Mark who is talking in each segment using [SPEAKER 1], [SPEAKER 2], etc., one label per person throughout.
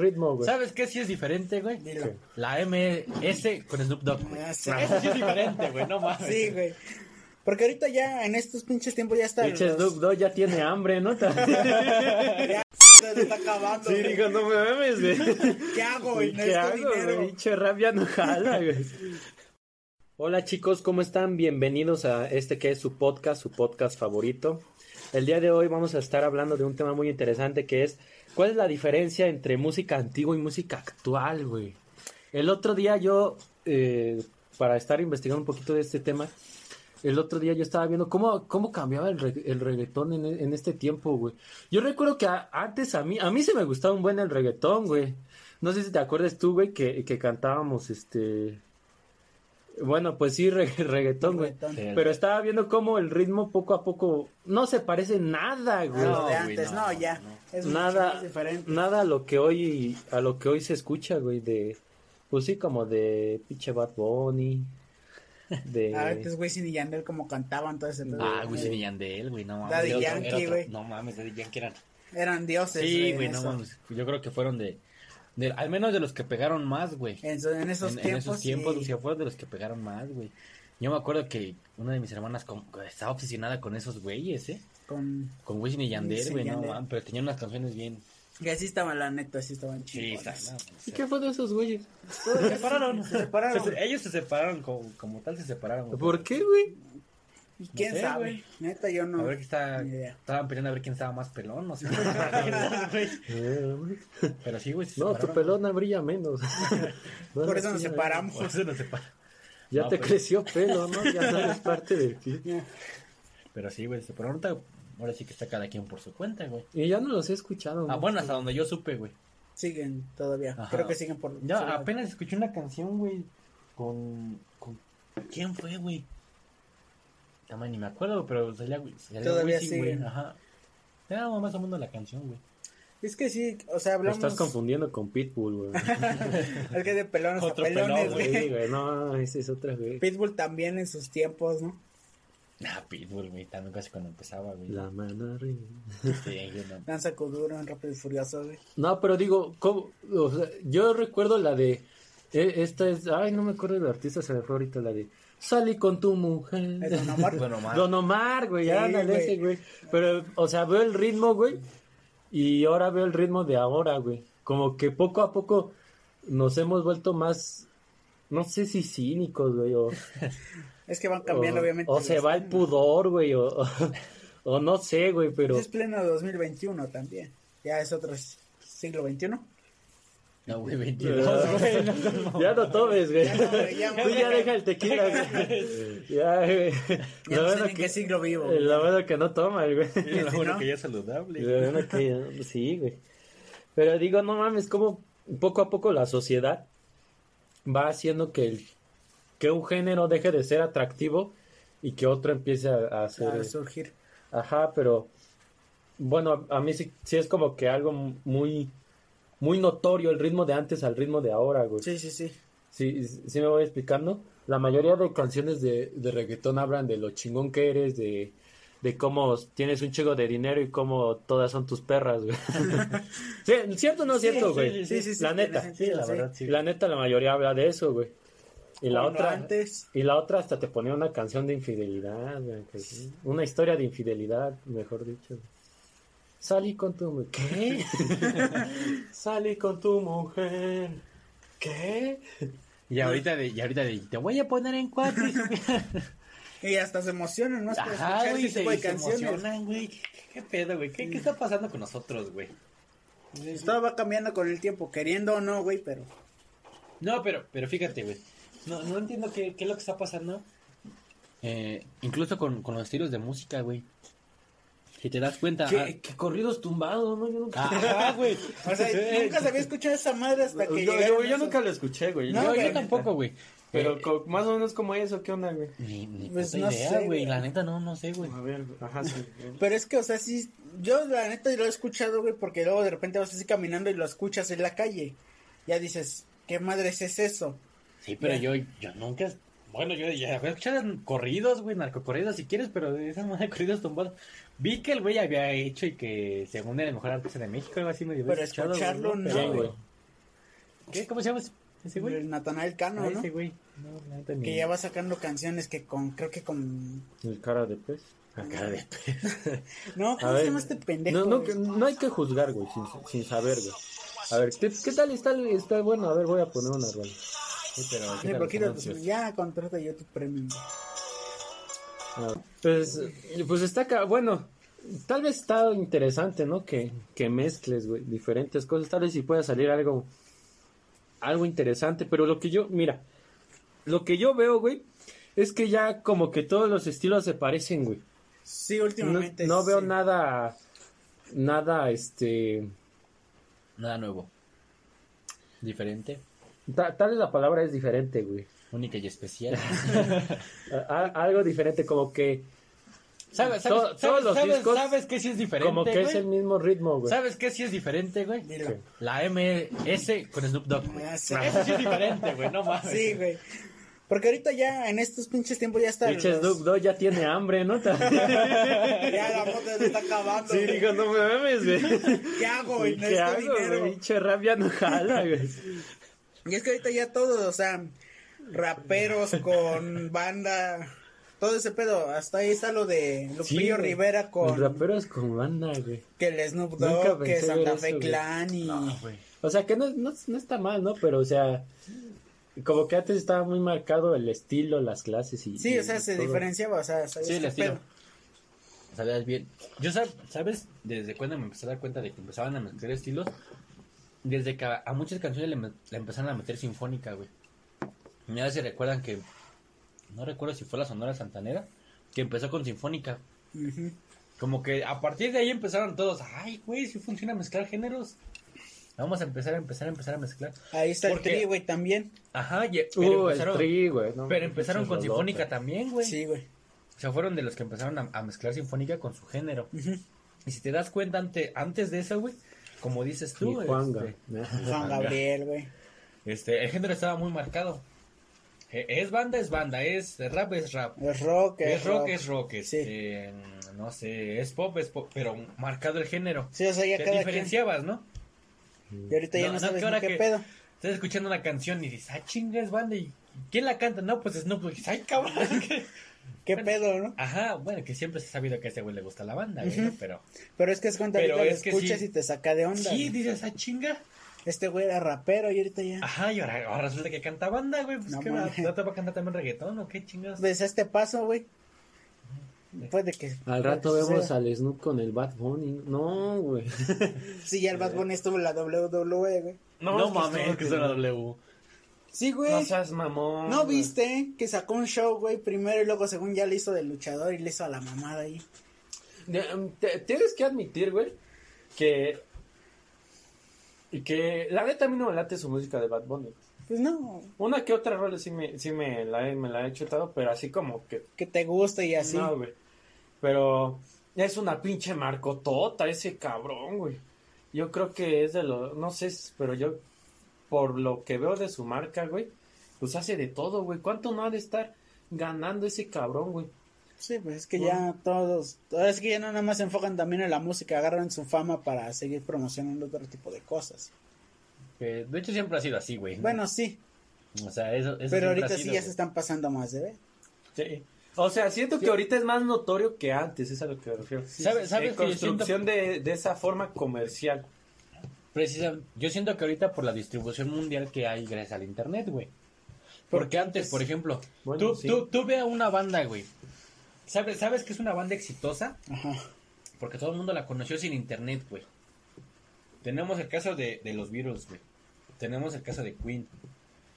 [SPEAKER 1] Ritmo, güey.
[SPEAKER 2] Pues.
[SPEAKER 3] ¿Sabes qué? Sí es diferente, güey. La MS con Snoop Dogg, güey.
[SPEAKER 2] Ah, sí.
[SPEAKER 3] Eso sí es diferente, güey, no mames.
[SPEAKER 2] Sí, güey. Porque ahorita ya, en estos pinches tiempos ya está.
[SPEAKER 1] Pinche
[SPEAKER 2] los-
[SPEAKER 1] Snoop Dogg ya tiene hambre, ¿no?
[SPEAKER 2] Ya, se está acabando.
[SPEAKER 1] sí,
[SPEAKER 2] güey.
[SPEAKER 1] digo, no me mames, güey.
[SPEAKER 2] ¿Qué hago,
[SPEAKER 1] ¿Y
[SPEAKER 2] güey?
[SPEAKER 1] ¿Qué
[SPEAKER 2] Necesito
[SPEAKER 1] hago,
[SPEAKER 2] este dinero.
[SPEAKER 1] güey? Pinche rap ya no jala, güey. Hola chicos, ¿cómo están? Bienvenidos a este que es su podcast, su podcast favorito. El día de hoy vamos a estar hablando de un tema muy interesante que es ¿cuál es la diferencia entre música antigua y música actual, güey? El otro día yo, eh, para estar investigando un poquito de este tema, el otro día yo estaba viendo cómo, cómo cambiaba el, re- el reggaetón en, e- en este tiempo, güey. Yo recuerdo que a- antes a mí, a mí se me gustaba un buen el reggaetón, güey. No sé si te acuerdas tú, güey, que, que cantábamos este... Bueno, pues sí, re- reggaetón, güey.
[SPEAKER 2] Reggaetón.
[SPEAKER 3] Sí.
[SPEAKER 1] Pero estaba viendo cómo el ritmo poco a poco no se parece nada,
[SPEAKER 2] A
[SPEAKER 1] güey.
[SPEAKER 2] lo Ah, de
[SPEAKER 3] güey,
[SPEAKER 2] antes,
[SPEAKER 3] no,
[SPEAKER 2] no, ya. Es mucho
[SPEAKER 1] nada,
[SPEAKER 2] más diferente.
[SPEAKER 1] nada a lo que hoy, a lo que hoy se escucha, güey, de, pues sí, como de pinche Bad Bunny, de...
[SPEAKER 2] Antes, güey, Wisin y Yandel como cantaban todo ese pedo.
[SPEAKER 3] Ah, Wisin y Yandel, güey, no mames.
[SPEAKER 2] Daddy
[SPEAKER 3] Era otro-
[SPEAKER 2] Yankee,
[SPEAKER 3] era otro-
[SPEAKER 2] güey.
[SPEAKER 3] No mames, Daddy Yankee eran.
[SPEAKER 2] Eran dioses,
[SPEAKER 3] Sí, güey,
[SPEAKER 2] en
[SPEAKER 3] no
[SPEAKER 2] eso.
[SPEAKER 3] mames. Yo creo que fueron de, de- Al menos de los que pegaron más, güey.
[SPEAKER 2] En, so- en esos
[SPEAKER 3] en, en
[SPEAKER 2] tiempos.
[SPEAKER 3] esos tiempos,
[SPEAKER 2] sí.
[SPEAKER 3] o sea, fueron de los que pegaron más, güey. Yo me acuerdo que una de mis hermanas con- estaba obsesionada con esos güeyes, ¿eh?
[SPEAKER 2] Con...
[SPEAKER 3] Con Wisin y Yandel,
[SPEAKER 2] Wisin y
[SPEAKER 3] güey, no
[SPEAKER 2] Yandel.
[SPEAKER 3] mames. Pero tenían unas canciones bien
[SPEAKER 2] Que así estaban, la neta, así estaban chidos.
[SPEAKER 3] chistas.
[SPEAKER 1] ¿Y qué fue de esos güeyes?
[SPEAKER 3] Se separaron.
[SPEAKER 2] Se separaron.
[SPEAKER 3] Se- ellos se separaron, como, como tal se separaron. güey.
[SPEAKER 1] ¿Por qué, güey?
[SPEAKER 2] ¿Y quién
[SPEAKER 3] No sé,
[SPEAKER 2] sabe?
[SPEAKER 3] güey.
[SPEAKER 2] Neta, yo no.
[SPEAKER 3] A ver que está,
[SPEAKER 2] Ni idea.
[SPEAKER 3] estaban peleando a ver quién estaba más pelón, no sé.
[SPEAKER 2] Eh,
[SPEAKER 3] Pero sí, güey, se
[SPEAKER 1] No, tu
[SPEAKER 3] separaron.
[SPEAKER 1] pelona brilla menos.
[SPEAKER 2] Por eso nos
[SPEAKER 1] Sí,
[SPEAKER 2] separamos. pues.
[SPEAKER 3] Por eso nos separaron.
[SPEAKER 1] Ya
[SPEAKER 3] No,
[SPEAKER 1] te
[SPEAKER 3] pero-
[SPEAKER 1] creció pelo, ¿no? Ya no eres parte de ti.
[SPEAKER 3] Pero sí, güey, se separaron. Ahorita- Ahora sí que está cada quien por su cuenta, güey.
[SPEAKER 1] Y ya no los he escuchado.
[SPEAKER 3] Ah,
[SPEAKER 1] ¿no?
[SPEAKER 3] bueno, hasta donde yo supe, güey.
[SPEAKER 2] Siguen todavía.
[SPEAKER 3] Ajá.
[SPEAKER 2] Creo que siguen por.
[SPEAKER 3] Ya
[SPEAKER 2] sí,
[SPEAKER 3] apenas escuché una canción, güey, con, con... ¿Quién fue, güey? No, man, ni me acuerdo, pero salía, güey, salía
[SPEAKER 2] Todavía
[SPEAKER 3] Wisin, güey,
[SPEAKER 2] siguen.
[SPEAKER 3] Ajá. Era más o menos la canción, güey.
[SPEAKER 2] Es que sí, o sea,
[SPEAKER 1] Lo
[SPEAKER 2] hablamos.
[SPEAKER 1] estás confundiendo con Pitbull, güey.
[SPEAKER 2] Es que de pelones a
[SPEAKER 3] Otro
[SPEAKER 2] pelones,
[SPEAKER 3] pelón,
[SPEAKER 2] güey.
[SPEAKER 1] Sí, güey, No, esa es otra, güey.
[SPEAKER 2] Pitbull también en sus tiempos, ¿no?
[SPEAKER 3] Ah, Pitbull, güey, también casi cuando empezaba, güey.
[SPEAKER 1] La mano arriba.
[SPEAKER 3] Sí, Este, yo no.
[SPEAKER 2] Danza Kuduro en Rápido y Furioso, güey.
[SPEAKER 1] No, pero digo, ¿cómo? O sea, yo recuerdo la de. eh, Esta es. Ay, no me acuerdo del artista, se me fue ahorita la de. Salí con tu mujer.
[SPEAKER 2] Es Don Omar.
[SPEAKER 3] Bueno, más.
[SPEAKER 1] Don Omar, güey,
[SPEAKER 2] Sí,
[SPEAKER 1] ándale
[SPEAKER 2] güey.
[SPEAKER 1] ese, güey. Pero, o sea, veo el ritmo, güey, y ahora veo el ritmo de ahora, güey. Como que poco a poco nos hemos vuelto más, no sé si cínicos, güey, o,
[SPEAKER 2] Es que van cambiando,
[SPEAKER 1] o-
[SPEAKER 2] obviamente.
[SPEAKER 1] o se
[SPEAKER 2] los
[SPEAKER 1] va el
[SPEAKER 2] temas.
[SPEAKER 1] pudor, güey, o, o no sé, güey, pero...
[SPEAKER 2] Es pleno 2021 también. Ya es otro siglo XXI.
[SPEAKER 3] No, güey, 22, güey. no, no, no.
[SPEAKER 1] Ya no tomes, güey.
[SPEAKER 2] Ya no, güey, ya,
[SPEAKER 1] Tú ya
[SPEAKER 2] güey.
[SPEAKER 1] deja el tequila, güey. Ya, güey.
[SPEAKER 2] Ya
[SPEAKER 1] Lo
[SPEAKER 2] no sé
[SPEAKER 1] bueno
[SPEAKER 2] ni en qué
[SPEAKER 1] que, eh,
[SPEAKER 2] siglo vivo. güey.
[SPEAKER 1] lo bueno que no tomas, güey.
[SPEAKER 3] Era la
[SPEAKER 2] Sí,
[SPEAKER 3] hora
[SPEAKER 2] ¿no?
[SPEAKER 3] que ya es saludable.
[SPEAKER 1] De verdad que- pues sí, güey. Pero digo, no mames, como poco a poco la sociedad va haciendo que, el, que un género deje de ser atractivo y que otro empiece a, a ser...
[SPEAKER 2] A surgir.
[SPEAKER 1] Ajá, pero bueno, a, a mí sí, sí es como que algo muy, muy notorio el ritmo de antes al ritmo de ahora, güey.
[SPEAKER 2] Sí, sí, sí.
[SPEAKER 1] Sí, sí me voy explicando. La mayoría de canciones de, de reggaetón hablan de lo chingón que eres, de, de cómo tienes un chingo de dinero y cómo todas son tus perras, güey. Sí, ¿Cierto o no es cierto, güey?
[SPEAKER 2] sí, sí, sí,
[SPEAKER 1] la
[SPEAKER 2] tiene
[SPEAKER 1] neta.
[SPEAKER 2] sentido,
[SPEAKER 3] la
[SPEAKER 2] sí.
[SPEAKER 3] verdad, sí.
[SPEAKER 1] La neta, la mayoría habla de eso, güey. Y la
[SPEAKER 2] Cuando
[SPEAKER 1] otra...
[SPEAKER 2] Antes.
[SPEAKER 1] Y la otra hasta te ponía una canción de infidelidad, güey, que sí, una historia de infidelidad, mejor dicho. Salí con tu mujer. ¿Qué? Salí con tu mujer. ¿Qué?
[SPEAKER 3] Y ahorita de, y ahorita de, te voy a poner en cuatro. y-
[SPEAKER 2] Y hasta se emocionan, ¿no? Es por
[SPEAKER 3] Ajá,
[SPEAKER 2] escuchar
[SPEAKER 3] güey,
[SPEAKER 2] ese
[SPEAKER 3] se,
[SPEAKER 2] tipo de
[SPEAKER 3] se
[SPEAKER 2] canciones.
[SPEAKER 3] emocionan, güey. ¿Qué, qué pedo, güey? ¿Qué, ¿Qué está pasando con nosotros, güey?
[SPEAKER 2] Todo va cambiando con el tiempo, queriendo o no, güey, pero.
[SPEAKER 3] No, pero, pero fíjate, güey. No, no entiendo qué, qué es lo que está pasando. Eh, incluso con, con los estilos de música, güey. Si te das cuenta.
[SPEAKER 1] ¿Qué, qué corridos tumbados, ¿no? Yo nunca,
[SPEAKER 3] ah- Ajá, güey.
[SPEAKER 2] O sea,
[SPEAKER 3] Eh,
[SPEAKER 2] nunca se había escuchado esa madre hasta
[SPEAKER 1] yo,
[SPEAKER 2] que
[SPEAKER 1] yo-
[SPEAKER 2] llegaron
[SPEAKER 1] yo
[SPEAKER 2] esos-
[SPEAKER 1] nunca lo escuché, güey.
[SPEAKER 2] No,
[SPEAKER 1] Yo-
[SPEAKER 3] yo, yo
[SPEAKER 2] güey.
[SPEAKER 3] tampoco, güey.
[SPEAKER 1] pero
[SPEAKER 3] Eh,
[SPEAKER 1] co- más o menos como eso, ¿qué onda, güey?
[SPEAKER 3] ni, ni
[SPEAKER 2] Pues
[SPEAKER 3] puta
[SPEAKER 2] no
[SPEAKER 3] idea,
[SPEAKER 2] sé,
[SPEAKER 3] güey.
[SPEAKER 2] güey.
[SPEAKER 3] La neta, no, no sé, güey.
[SPEAKER 1] A ver, ajá, sí.
[SPEAKER 2] Pero es que, o sea, sí, yo la neta lo he escuchado, güey, porque luego de repente vas así caminando y lo escuchas en la calle. Ya dices, ¿qué madres es eso?
[SPEAKER 3] Sí, pero yo, yo nunca. Bueno, yo ya había escuchado corridos, güey, narcocorridos si quieres, pero de esas maneras corridos tumbados. Vi que el güey había hecho y que según era el mejor artista de México, algo así medio había
[SPEAKER 2] Pero
[SPEAKER 3] escuchado,
[SPEAKER 2] escucharlo,
[SPEAKER 3] güey,
[SPEAKER 2] no,
[SPEAKER 3] pero-
[SPEAKER 1] güey.
[SPEAKER 3] ¿Qué? ¿Cómo se llama ese- ese güey?
[SPEAKER 2] El Natanael Cano,
[SPEAKER 3] Ah,
[SPEAKER 2] ¿no?
[SPEAKER 3] ese güey. No, la neta ni-
[SPEAKER 2] Que ya va sacando canciones que con, creo que con...
[SPEAKER 1] El cara de pez. La cara de pez.
[SPEAKER 2] No,
[SPEAKER 1] A
[SPEAKER 2] ¿cómo se
[SPEAKER 1] ver.
[SPEAKER 2] llama este pendejo?
[SPEAKER 1] No, no,
[SPEAKER 2] güey?
[SPEAKER 1] que- no hay que juzgar, güey, sin, sin saber, güey. A ver, ¿qué, qué tal está, el- está? Bueno, a ver, voy a poner una rueda.
[SPEAKER 3] Sí, pero
[SPEAKER 2] Sí,
[SPEAKER 3] quita
[SPEAKER 2] pero
[SPEAKER 3] los
[SPEAKER 2] quita tus-
[SPEAKER 3] anuncios.
[SPEAKER 2] ya contrata yo tu premium. güey.
[SPEAKER 1] Pues, eh, pues está, ca- bueno, tal vez está interesante, ¿no? Que, que mezcles, güey, diferentes cosas. Tal vez si pueda salir algo, algo interesante. Pero lo que yo, mira, lo que yo veo, güey, es que ya como que todos los estilos se parecen, güey.
[SPEAKER 2] Sí,
[SPEAKER 1] No,
[SPEAKER 2] últimamente.
[SPEAKER 1] no
[SPEAKER 2] sí.
[SPEAKER 1] veo nada, nada, este,
[SPEAKER 3] Nada nuevo. Diferente,
[SPEAKER 1] ta- tal vez la palabra es diferente, güey.
[SPEAKER 3] única y especial.
[SPEAKER 1] A- a- algo diferente, como que,
[SPEAKER 3] ¿Sabes, sabes,
[SPEAKER 1] Todo-
[SPEAKER 3] sabes,
[SPEAKER 1] todos los
[SPEAKER 3] sabes-
[SPEAKER 1] discos-
[SPEAKER 3] sabes que sí es diferente,
[SPEAKER 1] como que es
[SPEAKER 3] güey?
[SPEAKER 1] el mismo ritmo, güey.
[SPEAKER 3] ¿Sabes qué sí es diferente, güey?
[SPEAKER 2] Dilo.
[SPEAKER 3] La MS con Snoop Dogg, güey.
[SPEAKER 2] Ah, sí.
[SPEAKER 3] Eso sí es diferente, güey, no mames.
[SPEAKER 2] Sí, güey. Porque ahorita ya, en estos pinches tiempos ya está.
[SPEAKER 1] Pinche
[SPEAKER 2] los-
[SPEAKER 1] Snoop Dogg ya tiene hambre, ¿no?
[SPEAKER 2] Ya la moto se está acabando.
[SPEAKER 1] Sí,
[SPEAKER 2] güey.
[SPEAKER 1] digo, no me mames, güey.
[SPEAKER 2] ¿Qué hago, güey?
[SPEAKER 1] ¿Qué
[SPEAKER 2] Necesito
[SPEAKER 1] hago,
[SPEAKER 2] dinero.
[SPEAKER 1] güey? Pinche rap ya no jala, güey.
[SPEAKER 2] Y es que ahorita ya todos, o sea, raperos con banda, todo ese pedo. Hasta ahí está lo de Lupillo
[SPEAKER 1] güey.
[SPEAKER 2] Rivera
[SPEAKER 1] Los
[SPEAKER 2] con
[SPEAKER 1] raperos con banda, güey.
[SPEAKER 2] que el Snoop
[SPEAKER 1] Nunca
[SPEAKER 2] Dogg, que
[SPEAKER 1] pensé
[SPEAKER 2] Santa
[SPEAKER 1] ver
[SPEAKER 2] Fe
[SPEAKER 1] eso, güey.
[SPEAKER 2] Clan y.
[SPEAKER 3] No, güey.
[SPEAKER 1] O sea, que no, no, no está mal, ¿no? Pero, o sea, como que antes estaba muy marcado el estilo, las clases y...
[SPEAKER 2] Sí, o sea,
[SPEAKER 1] y
[SPEAKER 2] se
[SPEAKER 1] todo.
[SPEAKER 2] diferenciaba, o sea, sabías
[SPEAKER 3] Sí, el
[SPEAKER 2] qué
[SPEAKER 3] estilo.
[SPEAKER 2] pedo.
[SPEAKER 3] Este Sabías bien. Yo, sab- ¿sabes? Desde cuando me empecé a dar cuenta de que empezaban a mezclar estilos. Desde que a, a muchas canciones le, me- le empezaron a meter sinfónica, güey. Ya se recuerdan que. No recuerdo si fue la Sonora Santanera. Que empezó con sinfónica.
[SPEAKER 2] Ujú.
[SPEAKER 3] Como que a partir de ahí empezaron todos. Ay, güey, si funciona mezclar géneros. Vamos a empezar a empezar a empezar a mezclar.
[SPEAKER 2] Ahí está el
[SPEAKER 3] Porque-
[SPEAKER 2] tri, güey, también.
[SPEAKER 3] Ajá, ye- pero
[SPEAKER 1] Uh, el
[SPEAKER 3] empezaron,
[SPEAKER 1] tri, güey. no,
[SPEAKER 3] pero empezaron con
[SPEAKER 1] pinche
[SPEAKER 3] sinfónica
[SPEAKER 1] rolota.
[SPEAKER 3] también, güey.
[SPEAKER 2] Sí, güey.
[SPEAKER 3] O sea, fueron de los que empezaron a, a mezclar sinfónica con su género.
[SPEAKER 2] Ujú.
[SPEAKER 3] Y si te das cuenta ante- antes de eso, güey, como dices tú,
[SPEAKER 1] Y
[SPEAKER 3] güey,
[SPEAKER 1] Juanga.
[SPEAKER 2] Juan Gabriel, güey.
[SPEAKER 3] Este, este, el género estaba muy marcado. Eh, Es banda, es banda, es rap, es rap.
[SPEAKER 2] Es rock,
[SPEAKER 3] es rock, es rock,
[SPEAKER 2] Sí.
[SPEAKER 3] este, no sé, es pop, es pop, pero marcado el género.
[SPEAKER 2] Sí, o sea, ya
[SPEAKER 3] Te
[SPEAKER 2] cada quien.
[SPEAKER 3] diferenciabas, ¿no?
[SPEAKER 2] Y ahorita ya
[SPEAKER 3] No,
[SPEAKER 2] no,
[SPEAKER 3] no,
[SPEAKER 2] sabes
[SPEAKER 3] que
[SPEAKER 2] ni
[SPEAKER 3] ahora
[SPEAKER 2] qué
[SPEAKER 3] que-
[SPEAKER 2] pedo.
[SPEAKER 3] Estás escuchando una canción y dices, ah, chinga, es banda, ¿y quién la canta? No, pues Snoop Dogg. Ay, cabrón.
[SPEAKER 2] ¿Qué
[SPEAKER 3] Bueno.
[SPEAKER 2] pedo, no?
[SPEAKER 3] Ajá, bueno, que siempre se ha sabido que a ese güey le gusta la banda, güey,
[SPEAKER 2] Ujú.
[SPEAKER 3] pero...
[SPEAKER 2] Pero es que es cuando
[SPEAKER 3] Pero
[SPEAKER 2] ahorita lo
[SPEAKER 3] es que
[SPEAKER 2] escuchas
[SPEAKER 3] sí.
[SPEAKER 2] y te saca de
[SPEAKER 3] Sí,
[SPEAKER 2] onda. güey.
[SPEAKER 3] dices, ah, chinga.
[SPEAKER 2] Este güey era rapero y ahorita ya.
[SPEAKER 3] Ajá, y ahora, ahora resulta que canta banda, güey. Pues
[SPEAKER 2] No
[SPEAKER 3] qué va,
[SPEAKER 2] mames.
[SPEAKER 3] ¿no te va a cantar también reggaetón o qué chingados.
[SPEAKER 2] Desde este paso, güey. Puede que.
[SPEAKER 1] Al rato vemos
[SPEAKER 2] a...
[SPEAKER 1] al Snoop con el Bad Bunny. No, güey.
[SPEAKER 2] Sí, ya el Bad Bunny estuvo en la WWE, güey.
[SPEAKER 3] No, mames, es que es la W.
[SPEAKER 2] Sí, güey.
[SPEAKER 1] No
[SPEAKER 2] No,
[SPEAKER 1] seas mamón. güey.
[SPEAKER 2] viste que sacó un show, güey, primero y luego según ya le hizo de luchador y le hizo a la mamada ahí.
[SPEAKER 1] De- um, te- tienes que admitir, güey, que. Que la neta a mí no me late su música de Bad Bunny.
[SPEAKER 2] Pues no,
[SPEAKER 1] Una que otra rola sí me, sí me, la, he- me la he chutado, pero así como que.
[SPEAKER 2] que te gusta y así.
[SPEAKER 1] No, güey. Pero es una pinche marcotota ese cabrón, güey. Yo creo que es de los. No sé, pero yo. Por lo que veo de su marca, güey. Pues hace de todo, güey. ¿Cuánto no ha de estar ganando ese cabrón, güey?
[SPEAKER 2] Sí, pues es que ya todos. Ahora es que ya no nada más se enfocan también en la música, agarran su fama para seguir promocionando otro tipo de cosas.
[SPEAKER 3] Que, de hecho siempre ha sido así, güey.
[SPEAKER 2] Bueno, sí,
[SPEAKER 3] O sea, eso, eso siempre
[SPEAKER 2] pero
[SPEAKER 3] ha
[SPEAKER 2] ahorita sí
[SPEAKER 3] sido,
[SPEAKER 2] ya
[SPEAKER 3] güey.
[SPEAKER 2] se están pasando más ¿eh? de ver.
[SPEAKER 1] Sí. O sea, siento que ahorita es más notorio que antes, es a lo que me refiero.
[SPEAKER 3] ¿Sabes, sabes
[SPEAKER 1] Eh,
[SPEAKER 3] que yo siento,
[SPEAKER 1] construcción de, de esa forma comercial.
[SPEAKER 3] precisa- yo siento que ahorita por la distribución mundial que hay gracias al internet, güey. Porque antes, por ejemplo,
[SPEAKER 1] Bueno,
[SPEAKER 3] tú,
[SPEAKER 1] sí.
[SPEAKER 3] tú, tú ve a una banda, güey. ¿Sabes, ¿Sabes que es una banda exitosa?
[SPEAKER 2] Ajá.
[SPEAKER 3] Porque todo el mundo la conoció sin internet, güey. Tenemos el caso de, de los Beatles, güey. Tenemos el caso de Queen.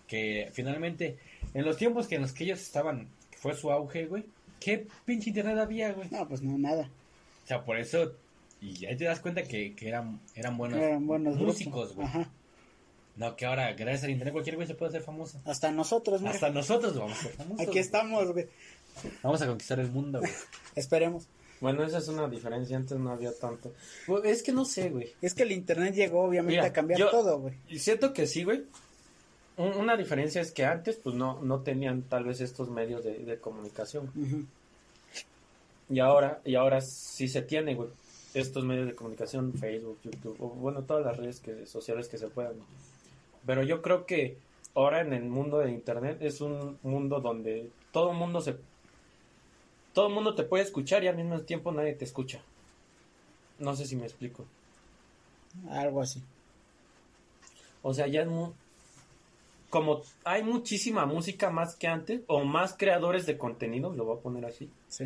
[SPEAKER 3] Que finalmente, en los tiempos que en los que ellos estaban, que fue su auge, güey. ¿Qué pinche internet había, güey?
[SPEAKER 2] No, pues no, nada.
[SPEAKER 3] O sea, por eso. Y ahí te das cuenta que, que eran, eran buenos,
[SPEAKER 2] Eran buenos grupos.
[SPEAKER 3] músicos, güey.
[SPEAKER 2] Ajá.
[SPEAKER 3] No, que ahora, gracias al internet, cualquier güey se puede hacer famoso.
[SPEAKER 2] Hasta nosotros, Pues, mira.
[SPEAKER 3] Hasta nosotros vamos a ser famosos.
[SPEAKER 2] Aquí
[SPEAKER 3] güey.
[SPEAKER 2] estamos, güey.
[SPEAKER 3] Vamos a conquistar el mundo, güey.
[SPEAKER 2] Esperemos.
[SPEAKER 1] Bueno, esa es una diferencia, antes no había tanto. Bueno, es que no sé, güey.
[SPEAKER 2] Es que el internet llegó, obviamente,
[SPEAKER 1] Mira,
[SPEAKER 2] a cambiar
[SPEAKER 1] yo-
[SPEAKER 2] todo, güey.
[SPEAKER 1] Y siento que sí, güey. Un- Una diferencia es que antes, pues no, no tenían tal vez estos medios de, de comunicación.
[SPEAKER 2] Ujú.
[SPEAKER 1] Y ahora, y ahora sí se tiene, güey. Estos medios de comunicación, Facebook, YouTube, o, bueno, todas las redes que, sociales que se puedan.
[SPEAKER 4] Pero yo creo que ahora en el mundo de internet es un mundo donde todo el mundo se todo el mundo te puede escuchar y al mismo tiempo nadie te escucha. No sé si me explico.
[SPEAKER 2] Algo así.
[SPEAKER 4] O sea, ya es mu- como hay muchísima música más que antes o más creadores de contenido, lo voy a poner así.
[SPEAKER 2] Sí.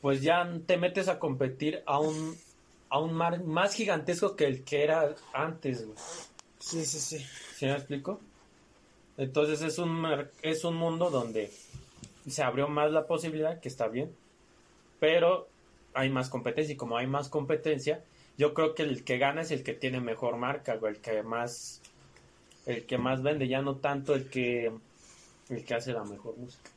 [SPEAKER 4] pues ya te metes a competir a un, a un mar más gigantesco que el que era antes, güey.
[SPEAKER 2] Sí, sí, sí.
[SPEAKER 4] ¿Sí me explico? Entonces es un, mer- es un mundo donde se abrió más la posibilidad, que está bien, pero hay más competencia y como hay más competencia, yo creo que el que gana es el que tiene mejor marca, güey, el que más el que más vende, ya no tanto el que el que hace la mejor música.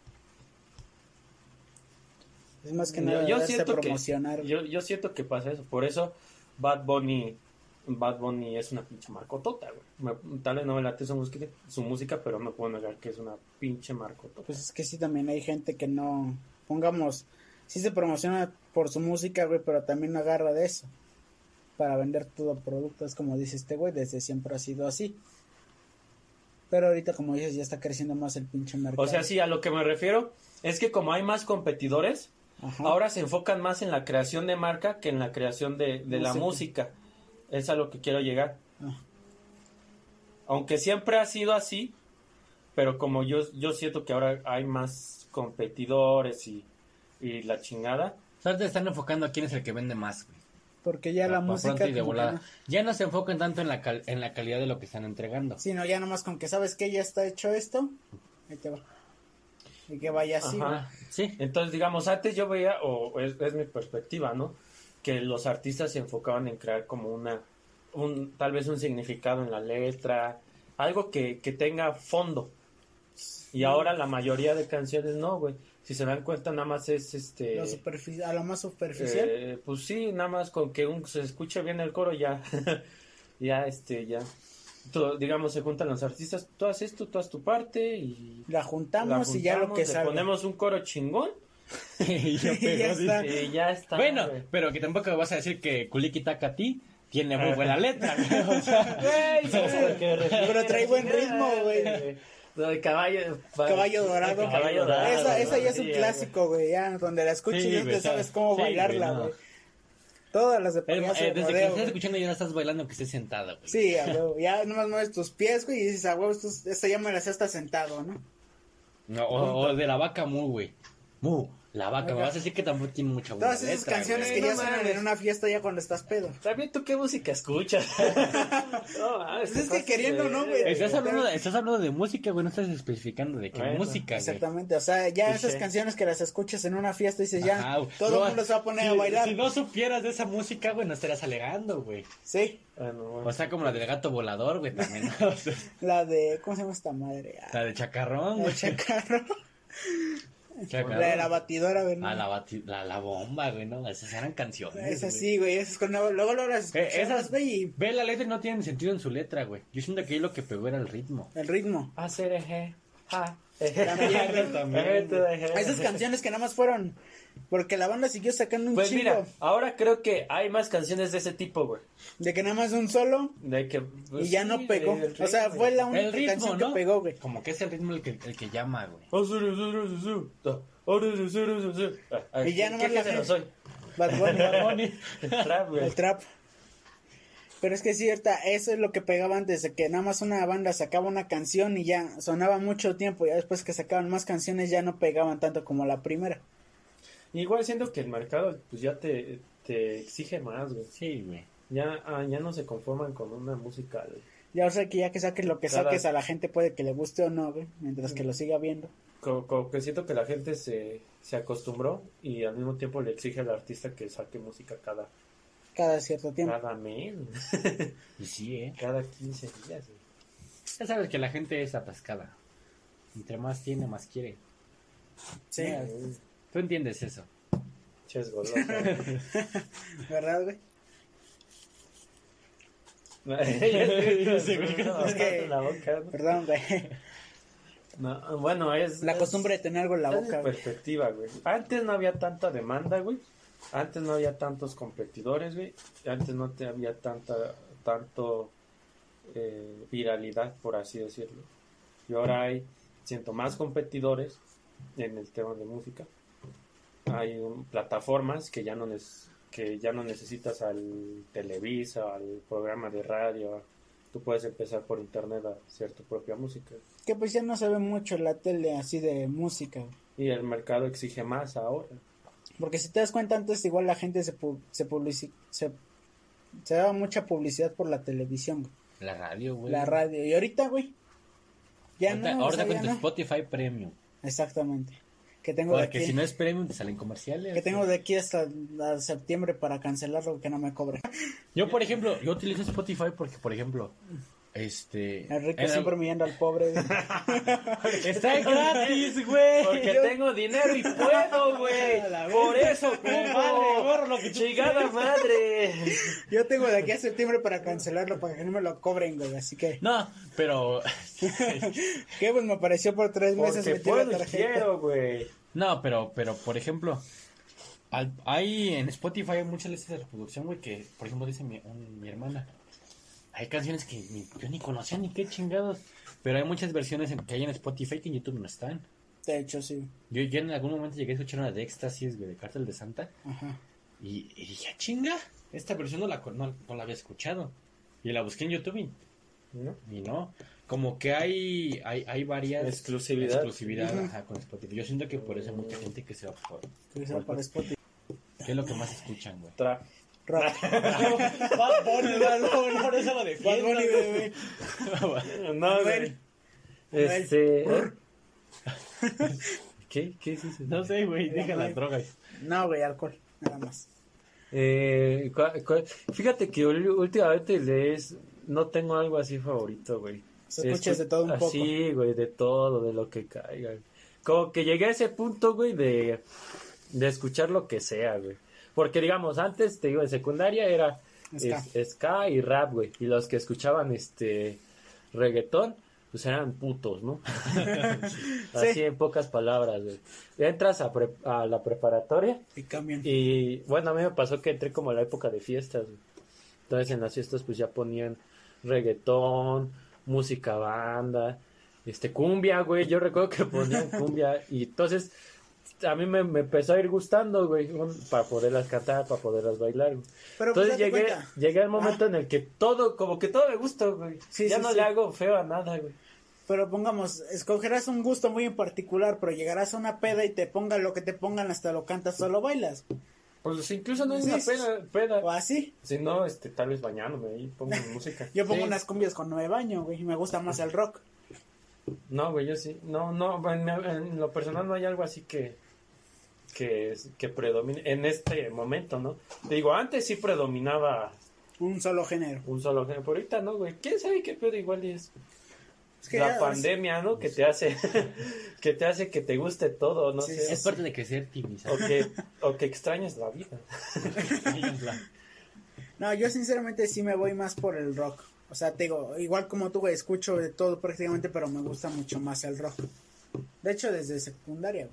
[SPEAKER 2] Es más que
[SPEAKER 4] Yo-
[SPEAKER 2] nada
[SPEAKER 4] yo
[SPEAKER 2] darse
[SPEAKER 4] siento que-
[SPEAKER 2] promocionar.
[SPEAKER 4] Yo, yo siento que pasa eso. Por eso Bad Bunny, Bad Bunny es una pinche marcotota, güey. Me- tal vez no me late su música, su música, pero me puedo negar que es una pinche marcotota.
[SPEAKER 2] Pues es que sí, también hay gente que no. Pongamos, sí se promociona por su música, güey, pero también agarra de eso. Para vender todo producto, es como dice este güey, desde siempre ha sido así. Pero ahorita, como dices, ya está creciendo más el pinche mercado.
[SPEAKER 4] o sea, sí, a lo que me refiero es que como hay más competidores,
[SPEAKER 2] Ajá.
[SPEAKER 4] ahora se enfocan más en la creación de marca que en la creación de, de la
[SPEAKER 2] Música.
[SPEAKER 4] música. Es a lo que quiero llegar.
[SPEAKER 2] Ah.
[SPEAKER 4] Aunque siempre ha sido así, pero como yo, yo siento que ahora hay más competidores y, y la chingada,
[SPEAKER 3] Solo te están enfocando a quién es el que vende más, güey.
[SPEAKER 2] Porque ya
[SPEAKER 3] Pa-
[SPEAKER 2] la
[SPEAKER 3] pa-
[SPEAKER 2] música.
[SPEAKER 3] pronto y de
[SPEAKER 2] como que
[SPEAKER 3] volada.
[SPEAKER 2] no.
[SPEAKER 3] Ya no se enfocan tanto en la, cal- en la calidad de lo que están entregando.
[SPEAKER 2] Sí, no, ya nomás con que sabes que ya está hecho esto, ahí te va. Y que vaya así.
[SPEAKER 4] Ajá.
[SPEAKER 2] güey.
[SPEAKER 3] Ah, sí.
[SPEAKER 4] Entonces, digamos, antes yo veía, o es, es mi perspectiva, ¿no? Que los artistas se enfocaban en crear como una, un, tal vez un significado en la letra, algo que, que tenga fondo. Y ahora la mayoría de canciones no, güey. Si se dan cuenta, nada más es este.
[SPEAKER 2] Lo superfi- a lo más superficial.
[SPEAKER 4] eh, pues sí, nada más con que un- se escuche bien el coro ya. ya, este, ya. To- digamos, se juntan los artistas, tú haces esto, tú haces tu parte y.
[SPEAKER 2] la, juntamos
[SPEAKER 4] la
[SPEAKER 2] y ya lo
[SPEAKER 4] juntamos,
[SPEAKER 2] que
[SPEAKER 4] le
[SPEAKER 2] salga.
[SPEAKER 4] ponemos un coro chingón
[SPEAKER 3] Y yo,
[SPEAKER 2] Ya
[SPEAKER 3] pero,
[SPEAKER 2] está.
[SPEAKER 3] dice,
[SPEAKER 4] y ya está.
[SPEAKER 3] Bueno,
[SPEAKER 4] güey.
[SPEAKER 3] pero que tampoco vas a decir que Kuliki Takati tiene muy buena letra, güey. O sea,
[SPEAKER 4] Güey, ¿sabes a lo que me refiero?
[SPEAKER 2] Pero trae buen ritmo, güey.
[SPEAKER 4] Lo de caballo,
[SPEAKER 2] Caballo dorado.
[SPEAKER 4] Caballo dorado.
[SPEAKER 2] Esa, esa ya es
[SPEAKER 4] sí,
[SPEAKER 2] un
[SPEAKER 4] güey.
[SPEAKER 2] clásico, güey. Ya, donde la escuches
[SPEAKER 3] Sí,
[SPEAKER 2] ya
[SPEAKER 3] güey,
[SPEAKER 2] te sabes
[SPEAKER 3] sabes.
[SPEAKER 2] cómo
[SPEAKER 3] Sí,
[SPEAKER 2] bailarla,
[SPEAKER 3] güey, no.
[SPEAKER 2] güey. Todas las de
[SPEAKER 3] eh,
[SPEAKER 2] payaso de
[SPEAKER 3] desde que
[SPEAKER 2] rodeo,
[SPEAKER 3] la estás
[SPEAKER 2] güey.
[SPEAKER 3] escuchando ya la estás bailando que estés sentada, güey.
[SPEAKER 2] Sí, a huevo. Ya nomás mueves tus pies, güey, y dices, a huevo, esto es- esta ya me la sé hasta sentado, ¿no?
[SPEAKER 3] No, o, o de la vaca mu, güey. Mu, la vaca. Me vas a decir que tampoco tiene mucha buena
[SPEAKER 2] Todas esas
[SPEAKER 3] letra,
[SPEAKER 2] canciones
[SPEAKER 3] güey.
[SPEAKER 2] que ya
[SPEAKER 4] No
[SPEAKER 2] suenan
[SPEAKER 4] mames.
[SPEAKER 2] en una fiesta ya cuando estás pedo.
[SPEAKER 4] También tú qué música escuchas. No, mames,
[SPEAKER 2] Pues es
[SPEAKER 4] te
[SPEAKER 2] que queriendo,
[SPEAKER 4] pasas de
[SPEAKER 2] ¿no, güey?
[SPEAKER 4] verga.
[SPEAKER 3] Estás hablando, de, estás hablando de música, güey. No estás especificando de qué
[SPEAKER 4] Bueno,
[SPEAKER 3] música, güey.
[SPEAKER 2] Exactamente, o sea, ya
[SPEAKER 4] Sí,
[SPEAKER 2] esas
[SPEAKER 4] sí.
[SPEAKER 2] canciones que las escuchas en una fiesta, dices, ya,
[SPEAKER 3] Pues Ajá, güey.
[SPEAKER 2] todo
[SPEAKER 3] No,
[SPEAKER 2] el mundo se va a poner
[SPEAKER 3] si-
[SPEAKER 2] a bailar.
[SPEAKER 3] Si no supieras de esa música, güey, no estarías alegando, güey.
[SPEAKER 2] Sí,
[SPEAKER 4] Bueno, bueno.
[SPEAKER 3] O sea, como la del gato volador, güey, también. O sea,
[SPEAKER 2] la de, ¿cómo se llama esta madre? Ah,
[SPEAKER 3] la de chacarrón,
[SPEAKER 2] la de
[SPEAKER 3] güey.
[SPEAKER 2] Chacarro.
[SPEAKER 3] Chacarrón.
[SPEAKER 2] La de la batidora, güey. ¿no?
[SPEAKER 3] Ah, la, bati- la, la bomba, güey, no, esas eran canciones.
[SPEAKER 2] Esas
[SPEAKER 3] güey.
[SPEAKER 2] sí, güey, esas cuando luego luego las
[SPEAKER 3] Eh,
[SPEAKER 2] escuchabas,
[SPEAKER 3] esas-
[SPEAKER 2] güey, y
[SPEAKER 3] Ve la letra y no tienen sentido en su letra, güey. Yo siento que ahí lo que pegó era el ritmo.
[SPEAKER 2] el ritmo.
[SPEAKER 4] Hacer eje, ja,
[SPEAKER 2] También, güey.
[SPEAKER 4] Eje, tú de eje.
[SPEAKER 2] Esas canciones que nada más fueron porque la banda siguió sacando un
[SPEAKER 4] Pues
[SPEAKER 2] chingo
[SPEAKER 4] mira, ahora creo que hay más canciones de ese tipo, güey.
[SPEAKER 2] de que nada más un solo
[SPEAKER 4] De que. pues,
[SPEAKER 2] y ya no pegó. o sea, fue la única
[SPEAKER 3] El Pues ritmo,
[SPEAKER 2] canción
[SPEAKER 3] ¿no?
[SPEAKER 2] que pegó, güey.
[SPEAKER 3] Como que es el ritmo el que, el que llama, güey.
[SPEAKER 4] Oh,
[SPEAKER 2] Y ya nomás
[SPEAKER 4] Ah, ¿Qué
[SPEAKER 2] la-
[SPEAKER 4] género soy?
[SPEAKER 2] Bad Bunny, Bad Bunny,
[SPEAKER 4] Trap, güey.
[SPEAKER 2] el trap. Pero es que es cierta, eso es lo que pegaba antes, de que nada más una banda sacaba una canción y ya sonaba mucho tiempo, ya después que sacaban más canciones ya no pegaban tanto como la primera.
[SPEAKER 4] Igual siento que el mercado pues ya te, te exige más, güey.
[SPEAKER 3] Sí, güey.
[SPEAKER 4] Ya, ah, ya no se conforman con una música. eh, güey.
[SPEAKER 2] Ya o sea que ya que saques lo que
[SPEAKER 4] Cada-
[SPEAKER 2] saques a la gente puede que le guste o no, güey, mientras que lo siga viendo.
[SPEAKER 4] Como, como que siento que la gente se, se acostumbró y al mismo tiempo le exige al artista que saque música cada,
[SPEAKER 2] cada cierto tiempo.
[SPEAKER 4] cada mes, güey.
[SPEAKER 3] Y sí, ¿eh?
[SPEAKER 4] cada 15 días. eh. güey.
[SPEAKER 3] Ya sabes que la gente es atascada. Entre más tiene, más quiere.
[SPEAKER 2] Sí,
[SPEAKER 3] Mira, Tú entiendes eso.
[SPEAKER 4] Ches golosa.
[SPEAKER 2] ¿verdad, güey? Es que-
[SPEAKER 4] La boca, ¿no?
[SPEAKER 2] Perdón, güey.
[SPEAKER 4] No, bueno, es
[SPEAKER 2] La
[SPEAKER 4] es-
[SPEAKER 2] costumbre de tener algo en la
[SPEAKER 4] es mi
[SPEAKER 2] boca, güey.
[SPEAKER 4] perspectiva, güey. Antes no había tanta demanda, güey. Antes no había tantos competidores, güey. Antes no te había tanta tanto eh, viralidad, por así decirlo. Y ahora hay, siento, más competidores en el tema de música. Hay un- plataformas que ya no nes- que ya no necesitas al Televisa, al programa de radio. Tú puedes empezar por internet a hacer tu propia música.
[SPEAKER 2] Que pues ya no se ve mucho en la tele así de música.
[SPEAKER 4] Y el mercado exige más ahora.
[SPEAKER 2] Porque si te das cuenta, antes igual la gente se, pu- se, publici- se, se daba mucha publicidad por la televisión, güey,
[SPEAKER 3] La radio, güey.
[SPEAKER 2] la radio. Y ahorita, güey, ya
[SPEAKER 3] ahorita,
[SPEAKER 2] no. o
[SPEAKER 3] ahorita
[SPEAKER 2] sea,
[SPEAKER 3] con
[SPEAKER 2] ya
[SPEAKER 3] tu
[SPEAKER 2] no.
[SPEAKER 3] Spotify Premium.
[SPEAKER 2] Exactamente. Que tengo, de
[SPEAKER 3] Porque
[SPEAKER 2] aquí,
[SPEAKER 3] si no es Premium, te salen comerciales.
[SPEAKER 2] que tengo
[SPEAKER 3] güey.
[SPEAKER 2] de aquí hasta a septiembre para cancelarlo, que no me cobre.
[SPEAKER 3] Yo, por ejemplo, yo utilizo Spotify porque, por ejemplo, este.
[SPEAKER 2] El Ah, rico
[SPEAKER 3] en algo-
[SPEAKER 2] siempre humillando al pobre. güey.
[SPEAKER 3] Está gratis, güey.
[SPEAKER 4] Porque tengo dinero y puedo, güey. Por eso, como chingada madre.
[SPEAKER 2] Yo tengo de aquí a septiembre para cancelarlo, para que no me lo cobren, güey. Así que,
[SPEAKER 3] No, pero.
[SPEAKER 2] ¿qué? Pues me apareció por tres meses
[SPEAKER 4] Porque
[SPEAKER 2] metido la
[SPEAKER 4] puedo y
[SPEAKER 2] tarjeta.
[SPEAKER 4] quiero, güey.
[SPEAKER 3] No, pero, pero, por ejemplo, al- hay en Spotify hay muchas listas de reproducción, güey, que, por ejemplo, dice mi, un- mi hermana. Hay canciones que ni- yo ni conocía ni qué chingados. Pero hay muchas versiones en- que hay en Spotify que en YouTube no están.
[SPEAKER 2] De hecho, sí.
[SPEAKER 3] Yo, yo en algún momento llegué a escuchar una de Éxtasis, güey, de Cártel de Santa.
[SPEAKER 2] Ajá.
[SPEAKER 3] Y, y dije, "Ah, chinga, esta versión no la, con- no- no la había escuchado. Y la busqué en YouTube y,
[SPEAKER 4] ¿No?
[SPEAKER 3] y no. Como que hay, hay, hay varias.
[SPEAKER 4] Exclusividad.
[SPEAKER 3] Exclusividad,
[SPEAKER 2] Ujú.
[SPEAKER 3] ajá, con Spotify. Yo siento que por eso hay mucha gente que se va por.
[SPEAKER 2] Que sea para Spotify.
[SPEAKER 3] ¿Qué es lo que más escuchan, güey?
[SPEAKER 4] Tra-
[SPEAKER 2] Rock.
[SPEAKER 3] Bad Bunny, Bad Bunny, por eso lo
[SPEAKER 2] Bad Bunny, güey.
[SPEAKER 4] No, güey. Este. ¿Qué? ¿Qué es eso?
[SPEAKER 3] No sé, güey, deja las drogas.
[SPEAKER 2] No, güey, alcohol, nada más.
[SPEAKER 4] Eh, cua- cua- Fíjate que ul- últimamente lees. No tengo algo así favorito, güey.
[SPEAKER 2] Se escuchas de todo un poco.
[SPEAKER 4] Así, güey, de todo, de lo que caiga. Como que llegué a ese punto, güey, de, de escuchar lo que sea, güey. Porque, digamos, antes, te digo, en secundaria era
[SPEAKER 2] Ska.
[SPEAKER 4] es- ska y rap, güey. Y los que escuchaban este reggaetón, pues eran putos, ¿no? Así en pocas palabras, güey. Entras a, pre- a la preparatoria
[SPEAKER 2] Y cambian.
[SPEAKER 4] y, bueno, a mí me pasó que entré como a la época de fiestas, güey. Entonces en las fiestas pues ya ponían reggaetón, música banda, este cumbia, güey. Yo recuerdo que ponían cumbia y entonces a mí me, me empezó a ir gustando, güey, un- para poderlas cantar, para poderlas bailar. güey.
[SPEAKER 2] Pero pues
[SPEAKER 4] Entonces
[SPEAKER 2] date
[SPEAKER 4] llegué,
[SPEAKER 2] cuenta.
[SPEAKER 4] llegué al momento en el que todo, como que todo me gusta, güey.
[SPEAKER 2] Ah. Sí,
[SPEAKER 4] ya
[SPEAKER 2] sí,
[SPEAKER 4] no
[SPEAKER 2] sí.
[SPEAKER 4] le hago feo a nada, güey.
[SPEAKER 2] Pero pongamos, escogerás un gusto muy en particular, pero llegarás a una peda y te pongan lo que te pongan hasta lo cantas o lo bailas.
[SPEAKER 4] Pues incluso no es
[SPEAKER 2] Sí,
[SPEAKER 4] una
[SPEAKER 2] sí.
[SPEAKER 4] pena, pena.
[SPEAKER 2] O así.
[SPEAKER 4] Si no, este, tal vez bañándome ahí, pongo música.
[SPEAKER 2] Yo pongo
[SPEAKER 3] Sí.
[SPEAKER 2] unas cumbias cuando me baño, güey, y me gusta más el rock.
[SPEAKER 4] No, güey, yo sí. No, no, en, en lo personal no hay algo así que, que, es- que predomine en este momento, ¿no? Te digo, antes sí predominaba
[SPEAKER 2] Un solo género.
[SPEAKER 4] un solo género, pero ahorita no, güey. ¿Quién sabe qué pedo igual y es?
[SPEAKER 2] Es que ah,
[SPEAKER 4] la
[SPEAKER 2] ya-
[SPEAKER 4] pandemia, ¿no? Que te hace, que te hace que te guste todo, no
[SPEAKER 2] Sí,
[SPEAKER 4] sé.
[SPEAKER 3] Es parte de crecer, Timmy.
[SPEAKER 4] O que, o que extrañas la vida.
[SPEAKER 2] No, yo sinceramente sí me voy más por el rock. O sea, te digo, igual como tú, güey, escucho de todo prácticamente, pero me gusta mucho más el rock. De hecho, desde secundaria,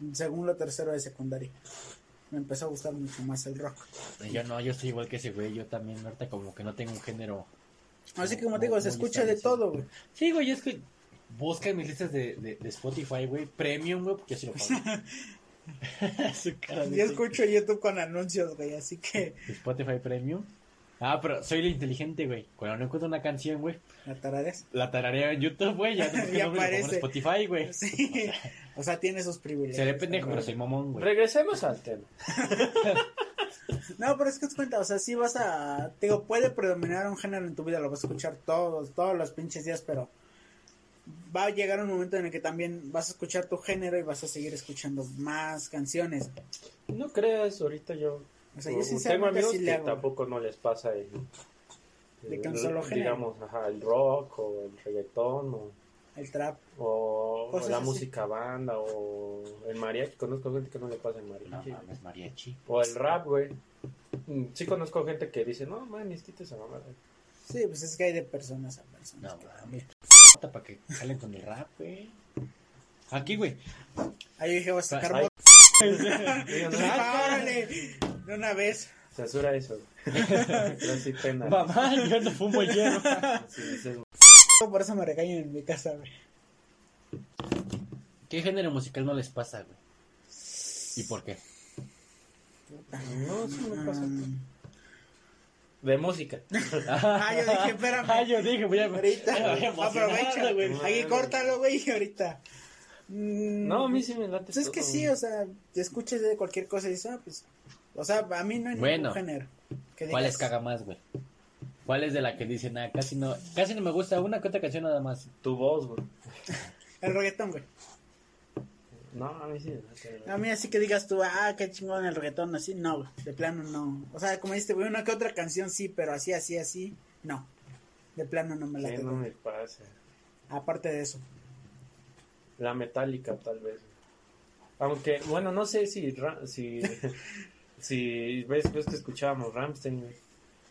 [SPEAKER 2] güey. Según lo tercero de secundaria. Me empezó a gustar mucho más el rock.
[SPEAKER 3] Yo no, yo estoy igual que ese güey. Yo también, ahorita como que no tengo un género.
[SPEAKER 2] Así que como te digo, se escucha de todo, güey.
[SPEAKER 3] Sí, güey, es que busca en mis listas de, de, de Spotify, güey. Premium, güey, porque así lo pago. Su
[SPEAKER 4] Ah,
[SPEAKER 3] cara de-
[SPEAKER 2] Yo escucho YouTube con anuncios, güey, así que
[SPEAKER 3] Spotify Premium. Ah, pero soy el inteligente, güey. Cuando no encuentro una canción, güey,
[SPEAKER 2] la tarareas.
[SPEAKER 3] la tarareo en YouTube, güey. Ya, no es que
[SPEAKER 2] Ya
[SPEAKER 3] no me lo pongo en
[SPEAKER 2] aparece.
[SPEAKER 3] Spotify, güey.
[SPEAKER 2] Sí. O sea, tiene sus privilegios.
[SPEAKER 3] Seré pendejo, pero soy mamón, güey.
[SPEAKER 4] Regresemos al tema.
[SPEAKER 2] No, pero es que te cuenta, o sea, sí vas a. Te digo, puede predominar un género en tu vida, lo vas a escuchar todos, todos los pinches días, pero va a llegar un momento en el que también vas a escuchar tu género y vas a seguir escuchando más canciones.
[SPEAKER 4] No creas, ahorita yo
[SPEAKER 2] O sea, yo
[SPEAKER 4] Pues, Tengo
[SPEAKER 2] sinceramente
[SPEAKER 4] amigos
[SPEAKER 2] sí le
[SPEAKER 4] que
[SPEAKER 2] hago.
[SPEAKER 4] tampoco no les pasa el,
[SPEAKER 2] De que un solo género.
[SPEAKER 4] digamos, ajá, el rock o el reggaetón o,
[SPEAKER 2] El trap.
[SPEAKER 4] o- o
[SPEAKER 2] Cosas
[SPEAKER 4] la
[SPEAKER 2] así.
[SPEAKER 4] música banda o el mariachi. Conozco gente que no le pasa el
[SPEAKER 3] No
[SPEAKER 4] mariachi.
[SPEAKER 3] mames, mariachi.
[SPEAKER 4] o el rap, güey. Mm, Sí conozco gente que dice, no, man, quita esa mamada.
[SPEAKER 2] Sí, pues es que hay de personas a personas.
[SPEAKER 3] No mames. Para que salen con el rap, güey. Aquí, güey.
[SPEAKER 2] Ahí dije, voy a sacar
[SPEAKER 4] Ay,
[SPEAKER 2] mot-
[SPEAKER 4] Digo, no,
[SPEAKER 2] ¡Ah, órale! De una vez.
[SPEAKER 4] Censura eso. Pero sí, pena.
[SPEAKER 3] Mamá, yo no fumo hierro.
[SPEAKER 4] Si dices,
[SPEAKER 2] Por eso me regañan en mi casa, güey.
[SPEAKER 3] ¿Qué género musical no les pasa, güey? ¿Y por qué?
[SPEAKER 4] no, eso no pasa.
[SPEAKER 2] Mm.
[SPEAKER 4] De música.
[SPEAKER 2] Ah, yo dije, espérame.
[SPEAKER 3] Ah, yo dije, voy a...
[SPEAKER 2] Ahorita,
[SPEAKER 3] Ay, emocionado,
[SPEAKER 2] aprovecha,
[SPEAKER 3] güey.
[SPEAKER 2] güey. Aquí córtalo, güey, ahorita. Mm,
[SPEAKER 4] No, a mí sí me late.
[SPEAKER 2] Pues es que
[SPEAKER 4] todo,
[SPEAKER 2] sí,
[SPEAKER 4] güey.
[SPEAKER 2] o sea, te escuches de cualquier cosa y dices, ah, pues. O sea, a mí no hay
[SPEAKER 3] Bueno.
[SPEAKER 2] ningún género. que
[SPEAKER 3] ¿Cuál
[SPEAKER 2] digas,
[SPEAKER 3] les caga más, güey? ¿Cuál es de la que dicen, ah, casi no, casi no me gusta una que otra canción nada más?
[SPEAKER 4] Tu voz, güey.
[SPEAKER 2] El reggaetón, güey.
[SPEAKER 4] No, a mí sí me late.
[SPEAKER 2] A mí así que digas tú, ah, qué chingón el reggaetón, así, no, güey, de plano no. O sea, como dijiste, güey, una que otra canción sí, pero así, así, así, no. De plano no me la
[SPEAKER 4] Sí, no me pasa.
[SPEAKER 2] Aparte de eso.
[SPEAKER 4] La metálica, tal vez. Aunque, bueno, no sé si. Ra- si, si ves, ves que escuchábamos Ramstein, güey.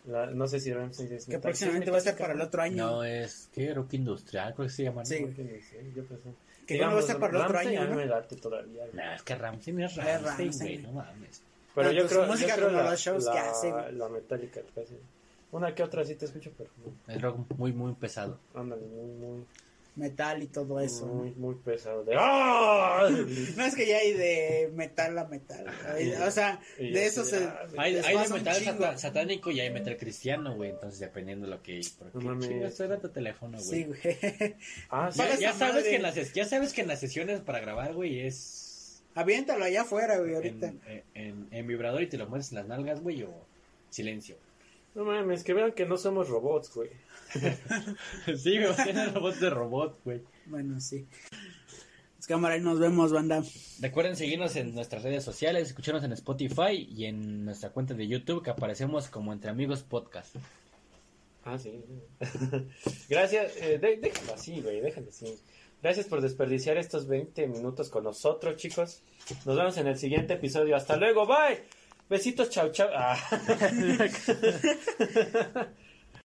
[SPEAKER 4] La- no sé si Ramstein es
[SPEAKER 2] Que
[SPEAKER 4] metal.
[SPEAKER 2] próximamente va a ser para el otro año.
[SPEAKER 3] No, es, ¿qué? Rock industrial, creo que se llama, ¿no?
[SPEAKER 2] Sí.
[SPEAKER 4] Sí, yo pensé.
[SPEAKER 2] Que no va a ser para el otro
[SPEAKER 4] Rammstein
[SPEAKER 2] año,
[SPEAKER 4] a mí
[SPEAKER 2] ¿no?
[SPEAKER 4] me late todavía. güey.
[SPEAKER 3] Nah, es que Ramstein es
[SPEAKER 2] Ramstein,
[SPEAKER 3] Ramstein, güey,
[SPEAKER 2] güey.
[SPEAKER 3] no mames.
[SPEAKER 4] Pero
[SPEAKER 2] No,
[SPEAKER 4] yo
[SPEAKER 2] pues,
[SPEAKER 4] creo, yo
[SPEAKER 2] música
[SPEAKER 4] creo
[SPEAKER 2] como
[SPEAKER 4] la,
[SPEAKER 2] los shows que
[SPEAKER 4] la-
[SPEAKER 2] hace, güey.
[SPEAKER 4] la metálica, casi. Una que otra sí te escucho, pero no.
[SPEAKER 3] Es rock muy, muy pesado.
[SPEAKER 4] ándale, muy, muy,
[SPEAKER 2] Metal y todo eso.
[SPEAKER 3] Mm.
[SPEAKER 4] muy, muy pesado. De, ¡Ah!
[SPEAKER 2] No es que ya hay de metal a metal. güey. O sea,
[SPEAKER 4] Y
[SPEAKER 2] de
[SPEAKER 4] ya,
[SPEAKER 2] eso
[SPEAKER 4] ya,
[SPEAKER 2] se.
[SPEAKER 4] güey.
[SPEAKER 3] ah, Hay,
[SPEAKER 2] Pues les
[SPEAKER 3] hay de
[SPEAKER 2] pasa un
[SPEAKER 3] metal
[SPEAKER 2] chingo.
[SPEAKER 3] sata- satánico y hay metal cristiano, güey. Entonces, dependiendo de lo que. ¿Por
[SPEAKER 4] No
[SPEAKER 3] qué
[SPEAKER 4] mames.
[SPEAKER 3] chingas suena tu teléfono, güey?
[SPEAKER 2] Sí, güey.
[SPEAKER 4] Ah, sí.
[SPEAKER 3] Ya,
[SPEAKER 2] Paga
[SPEAKER 3] ya
[SPEAKER 2] esa
[SPEAKER 3] sabes
[SPEAKER 2] madre.
[SPEAKER 3] que en las, ses- ya sabes que en las sesiones para grabar, güey, es.
[SPEAKER 2] Aviéntalo allá afuera, güey, ahorita.
[SPEAKER 3] En, eh, en- en vibrador y te lo mueves en las nalgas, güey, o silencio.
[SPEAKER 4] No mames, que vean que no somos robots, güey.
[SPEAKER 3] Sí, güey, tiene robot de robot, güey.
[SPEAKER 2] Bueno, sí. Pues cámara, ahí nos vemos, banda.
[SPEAKER 3] Recuerden seguirnos en nuestras redes sociales, escucharnos en Spotify y en nuestra cuenta de YouTube que aparecemos como Entre Amigos Podcast.
[SPEAKER 4] Ah, sí. Gracias. Eh, de- déjalo así, güey. Déjalo así. Gracias por desperdiciar estos 20 minutos con nosotros, chicos. Nos vemos en el siguiente episodio. Hasta luego. Bye. Besitos. Chau, chau. Ah.